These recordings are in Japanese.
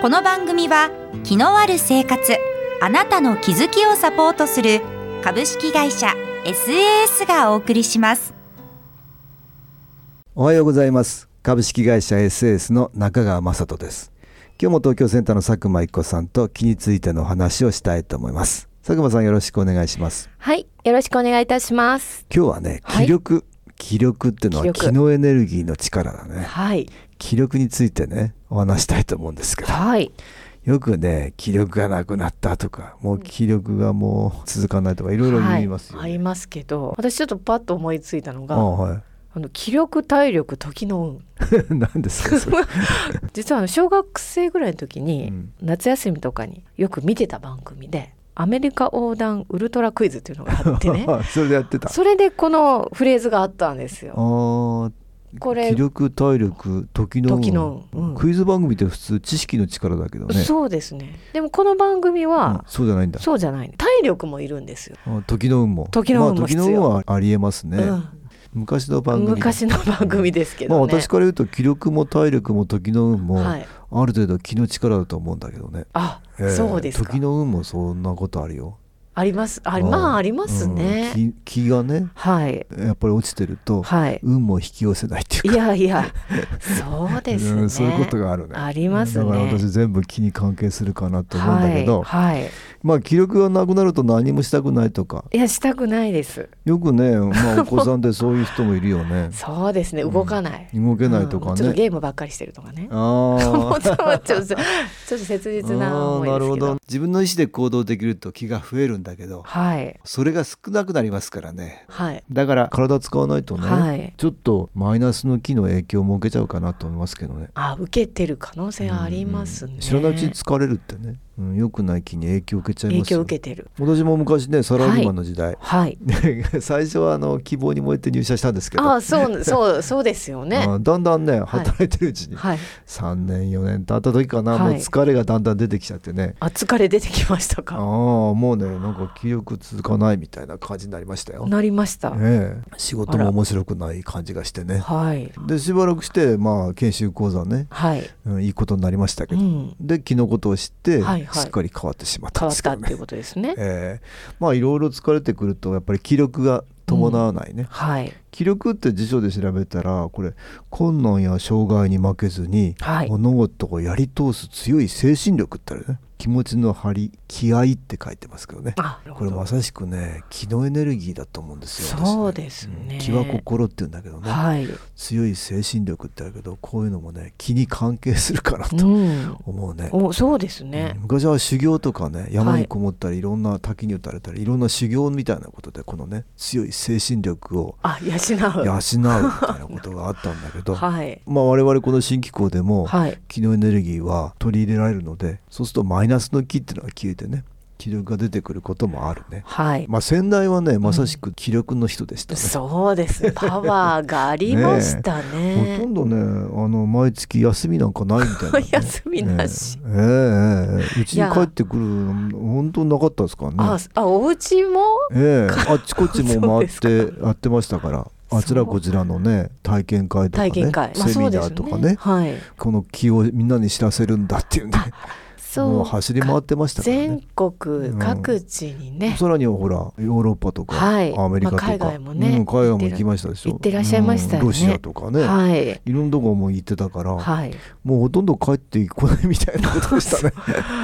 この番組は気のある生活あなたの気づきをサポートする株式会社 SAS がお送りしますおはようございます株式会社 SS の中川雅人です今日も東京センターの佐久間一子さんと気についてのお話をしたいと思います佐久間さんよろしくお願いしますはい、よろしくお願いいたします。今日はねはい気力、気力ってのは気力気のエネルギーの力だねはい、気力についてねお話したいと思うんですけどはい、よくね気力がなくなったとかもう気力がもう続かないとかいろいろ言いますよ、ねはいありますけど、私ちょっとパッと思いついたのあが、あはい の気力、体力、時の何ですかそれ、運。実はあの小学生ぐらいの時うに、ん夏休みとかによく見てた番組で、アメリカ横断ウルトラクイズっていうのがあっ てね。それでやってたそれでこのフレーズがあったんですあよ。ーこれ気力体力時の運時の運うんクイズ番組って普通知識の力だけどねそうですね。でもこの番組はうん、そうじゃないんだそうじゃない。体力もいるんですよ。あ時の運も時の運もまあ、時の必運要はありえますね、う昔の番ん、組昔の番組ですけまあどね。私から言うと気力も体力も時の運も、はい。ある程度気の力だと思うんだけどね、あ、ええそうですか時。の運もそんなことあるよあります。ありうんまあありますね。うん気気がねはいやっぱり落ちてると、はい。運も引き寄せないっていういかやいや、そうですね。うんそういうことがあるねありますね。だから私全部気に関係するかなと思うんだけど、はい、はい。まあ気力がなくなると何もしたくないとかいやしたくないです。よくね、 まあ、お子さんでそういう人もいるよねそうですね。動かない。動けないとうかんちょっね、とゲームばっかりしてるとかね。ああもう ちょっとちょっとちょっと切あ実ーな思いですけど。なるほど自分の意思で行動できると気が増えるんだけどはいそれが少なくなりますからねはいだから体使わないとね、はい。ちょっとマイナスの気の影響も受けちゃうかなと思いますけどね。あ受けてる可能性ありますね。うん知らないうちに疲れるってね、うん、良くない気に影響受けちゃい影ますよ響受けてる。私も昔ねサラリーマンの時代、はい。 最初はあの希望に燃えて入社したんですけどあそうそうそうですよ ね。うんだんだんねはい働いてるうちに、はい。 3年4年経った時かな、はいもう疲れがだんだん出てきちゃってねあ疲れ出てきましたああか。もうねなんか気力続かないみたいな感じになりましたよ。なりました。ええ、仕事あもら面白くない感じがしてね。はい。でしばらくしてまあ研修講座ね、はい。うん、いいことになりましたけうど、ん。で気のことを知って、はいはいすっかり変わってしまったん変でわっすけたどっねてい。うことですね。ええまあいろいろ疲れてくるとやっぱり気力が伴わないね、はい。気力って辞書で調べたらこれ困難や障害に負けずにはい。物事をやり通す強い精神力ってあるね気持ちの張り気合って書いてますけどねあ、なるこほれどまさしくね気のエネルギーだと思うんですよ私ねそうですねん気は心って言うんだけどね、はい。強い精神力ってあるけどこういうのもね気に関係するかなうとん。思うね、お、そうですねうん。昔は修行とかね山にこもったり、い、ろんな滝に打たれたりいろんな修行みたいなことでこのね強い精神力をあ、養養うう。みたいなことがあったんだけど、はい。まあ我々この新機構でもはい。気のエネルギーは取り入れられるのでそうするとマイナスの気っていうのが消えてね気力が出てくることもあるね。はい。まあ、先代はねまさしく気力の人でしたね。そ うです。パワーがありましたほとね。、んどねあの毎月休みなんかないみたいな、ね 休みなし。ええええええうちに帰ってくる本当なかったですからねあ、あ、お家も。 ええ、あっちこっちもそう回でっすかてやってましたからあちらこちらのね体験会とかね体験会。まあセそミうでナすーとかね,、ね。はい。この気をみんなに知らせるんだっていうねもそうう。走り回ってましたから全ね。国各地にね。さらにはほらヨーロッパとか、はいアメリカとか、まあ海外もねうん海外も行きましたでしょ行ってらっしゃいましたよねうんロシアとかね、はい。い、ろんなとこも行ってたから、はい。もうほとんど帰ってこないみたいなことでしたね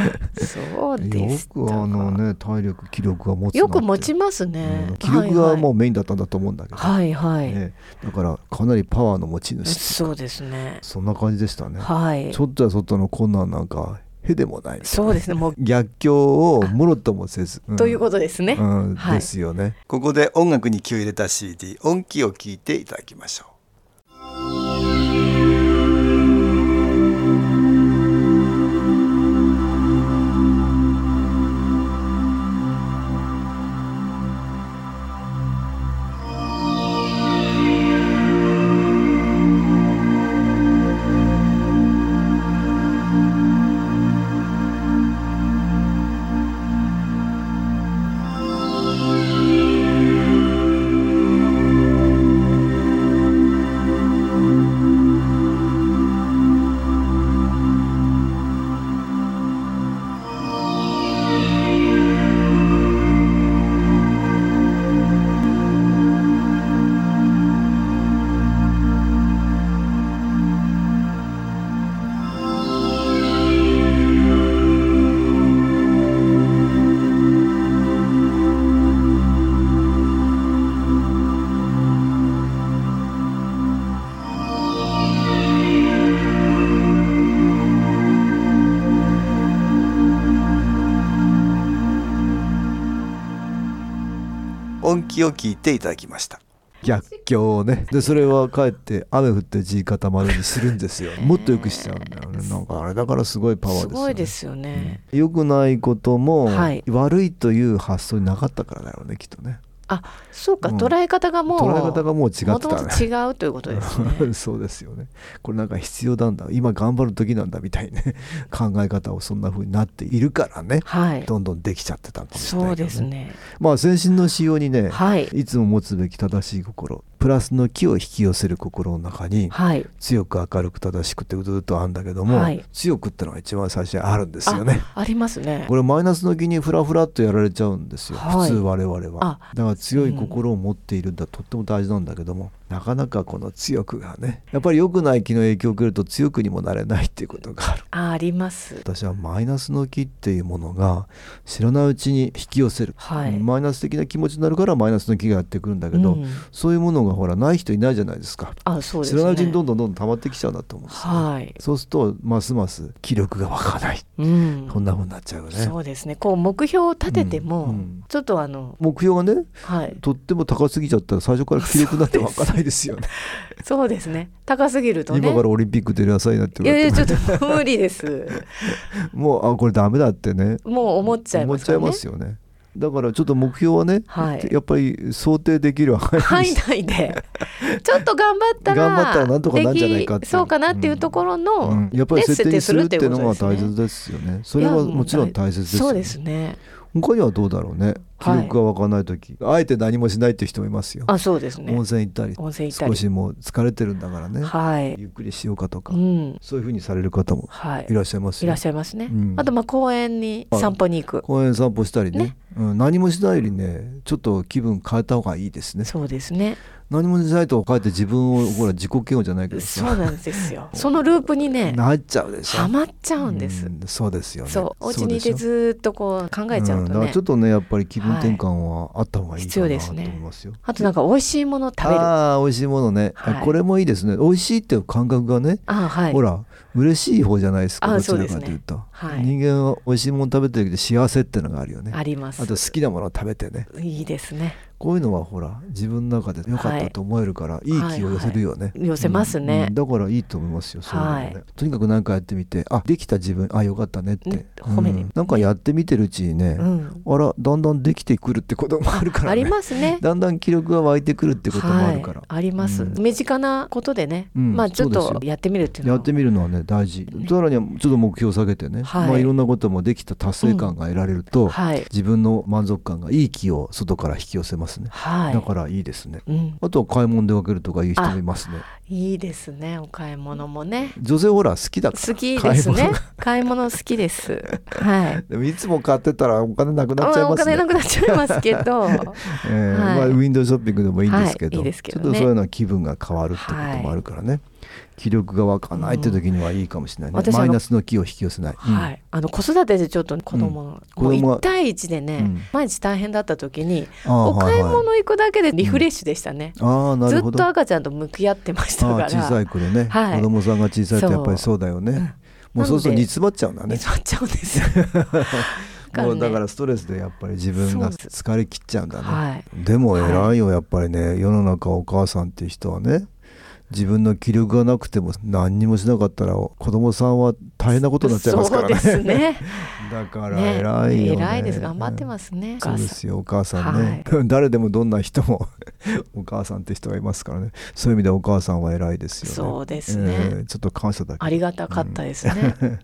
そうでよす。くあのね体力気力が持つなってよく持ちますねうん。気力がもう。うメインだったんだと思うんだけど、はいはい。ね、だからかなりパワーの持ち主そうですね。そんな感じでしたね、はいち。ょっとやそっとの困難なんかへでもないそうですね。もう、逆境をもろともせず、というとことですね。うんはいですよねここで音楽に気を入れた CD 音気を聞いていただきましょう「きを聞いていただきました逆境をねでそれはかえって雨降って地固まるにするんです よもっとよくしちゃうんだよねなんかあれだからすごいパワーですすよねごいですよね。良くないことも、はい悪いという発想になかったからだよねきっとねあ、そうか、うん捉え方がもう捉え方がもう違ってもともたとね違うということです ね。そうですよねこれなんか必要なんだ今頑張る時なんだみたいね 考え方をそんな風になっているからねはい。どんどんできちゃってたんですねそうですね。まあ先進の仕様にね、はい。い、つも持つべき正しい心プラスの気を引き寄せる心の中にはい。強く明るく正しくってずっとあるんだけども、はい強くってのが一番最初にあるんですよねありますねこ。れマイナスの気にフラフラっとやられちゃうんですよ、はい普通我々はあだから強い心を持っているんだ、とっても大事なんだけどもなかなかこの強くがねやっぱり良くない気の影響を受けると強くにもなれないっていうことがあるあ、あります。私はマイナスの気っていうものが知らないうちに引き寄せる、はいマイナス的な気持ちになるからマイナスの気がやってくるんだけど、うんそういうものがほらない人いないじゃないですかあ、そうです知ね。らないうちにどんどんどんどん溜まってきちゃうんだと思うんですよね、はい。そうするとますます気力が湧かない、うん。こんなふうになっちゃうよねそうですね。こう目標を立てても、うんうんちょっとあの、目標がねはい。とっても高すぎちゃったら最初から気力なんて湧かないですよねそうですね。高すぎるとね。 今からオリンピック出る野菜になってくいるやいやとちょっと無理 です。もうあこれダメだってねもう思っちゃい思まっすちかゃらいね。ますよねだからちょっと目標はね、はいやっぱり想定できる範囲範に囲内でちょっと頑張ったら頑張ったらなんとかなんじゃないかってできそうかなっていうところの、うんやっぱり設定にするっていうのが設定大するっ切でていうことすよねそれはもちろん大切でですねすそようねですね他にはどうだろうね気はい力が湧かない時、あえて何もしないっていう人もいますよ、あそうですね温泉行ったり温泉行ったり少しもう疲れてるんだからね、はいゆっくりしようかとか、うんそういうふうにされる方もはいいらっしゃいますいよらっしゃいますね、うんあとまあ公園に散歩に行く公園散歩したりねねうん、何もしないよりねちょっと気分変えた方がいいですねそうですね何もしないとかえって自分をほら自己嫌悪じゃないけどそさうなんですよそのループに ねなっちゃうでしょはまっちゃうんです、うんそうですよねそうお家にいそてうでしょずーっとこう考えちゃうんとだかね、らちょっとねやっぱり気分転換はあった方がいい必か要なでとすね思いますよ、あとなんか美味しいもの食べるあああ美味しいものね、はいこれもいいですね美味しいっていう感覚がね、あはいほら嬉しい方じゃないですかあどーちらかというとそうですねはい人間は美味しいもの食べてるけど幸せってのがあるよねありますあと好きなものを食べてねいいですねこういうのはほら自分の中で良かったと思えるから、い、い気を寄せるよね、はい寄せますねうんうんだからいいと思いますよそういうのね、はいとにかく何かやってみてあできた自分あ良かったねって、ね褒めにうんなんかやってみてるうちにね、うんあらだんだんできてくるってこと もあるから、ね、ありますね だんだん気力が湧いてくるってこともあるから、はい、あります、うん身近なことでね、うんまあちょっそうとですやってみるっていうのやはってみるのはね大事さらにはちょっと目標を下げてね、はいまあ、いろんなこともできた達成感が得られると、はい自分の満足感がいい気を外から引き寄せますね、はいだからいいですねうん、あとは買い物出かけるとかいう人もいますねいいですねお買い物もね女性ほら好きだから好きです買いね物が買い物好き ですはいでもいつも買ってたらお金なくなっちゃいあおます金ねなくなっちゃいますけど えーはいまあウィンドウショッピングでもいいんですけど,、はいいいですけどねちょっとそういうのは気分が変わるってこともあるからね、気力が湧かないって時にはいいかもしれないね、うん私あのマイナスの気を引き寄せない、うんはい、あの子育てでちょっと子供の、子供もうは1対1でね、うん毎日大変だった時にあーお買いは物行くだけでリフレッシュでしたね、いはい、あーなずるっほどと赤ちゃんと向き合ってましたあかあら小さい頃ね、はい子供さんが小さいとやっぱりそうだよねもうそうすると煮詰まっちゃうんだ煮ね詰まっちゃうんですよらねもうだからストレスでやっぱり自分がそうです疲れ切っちゃうんだね、はいでも偉いよやっぱりね世の中お母さんっていう人はね自分の気力がなくても何にもしなかったら子供さんは大変なことになっちゃいますからね そうですね だからね偉いよね偉いです頑張ってますね、そうですよお母さんね、 誰でもどんな人も お母さんって人がいますからねそういう意味でお母さんは偉いですよねそうですねえちょっと感謝だけありがたかったですね、はい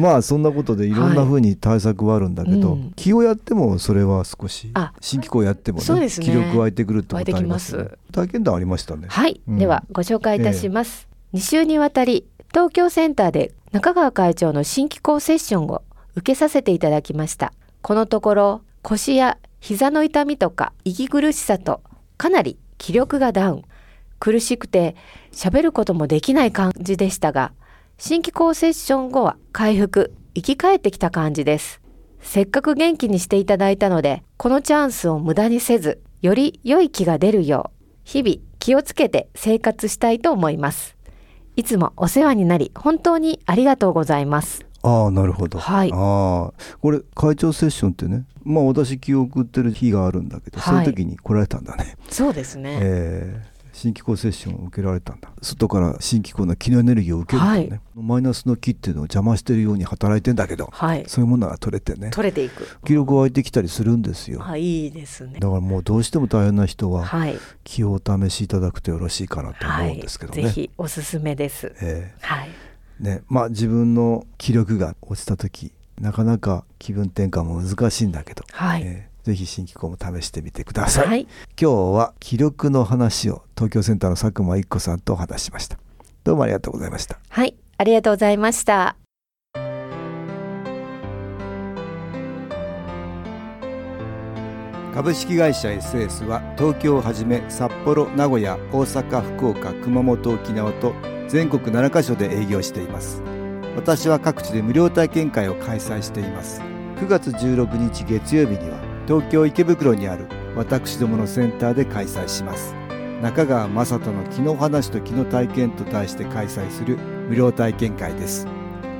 まあそんなことでいろんな風に対策はあるんだけど、はいうん気をやってもそれは少しあ新機構やってもそうねですね気力湧いてくるってことあります,、湧いて体験談ありましたねはい、うんではご紹介いたします、2週にわたり東京センターで中川会長の新機構セッションを受けさせていただきましたこのところ腰や膝の痛みとか息苦しさとかなり気力がダウン苦しくて喋ることもできない感じでしたが新機構セッション後は回復生き返ってきた感じですせっかく元気にしていただいたのでこのチャンスを無駄にせずより良い気が出るよう日々気をつけて生活したいと思いますいつもお世話になり本当にありがとうございますああなるほど、はいああこれ会長セッションってねまあ私気を送ってる日があるんだけど、はそういいう時に来られたんだね、そうですね、えー新機構セッションを受けられたんだ外から新機構の気のエネルギーを受けるからね、はマイナスの気っていうのを邪魔してるように働いてんだけどはいそういうものが取れてね取れていく気力が湧いてきたりするんですよ、はいいいですねだからもうどうしても大変な人ははい、気をお試しいただくとよろしいかなとは思うんい、ですけどね。ぜひおすすめですえはいーねまあ、自分の気力が落ちた時なかなか気分転換も難しいんだけど、はい、えーぜひ新機構も試してみてください。はい今日は気力の話を東京センターの佐久間一子さんとお話ししました。どうもありがとうございました。はい、ありがとうございました。株式会社 SS は東京をはじめ札幌名古屋大阪福岡熊本沖縄と全国7カ所で営業しています私は各地で無料体験会を開催しています9月16日月曜日には東京池袋にある私どものセンターで開催します中川雅人の気の話と気の体験と題して開催する無料体験会です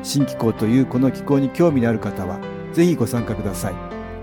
新機構というこの機構に興味のある方はぜひご参加ください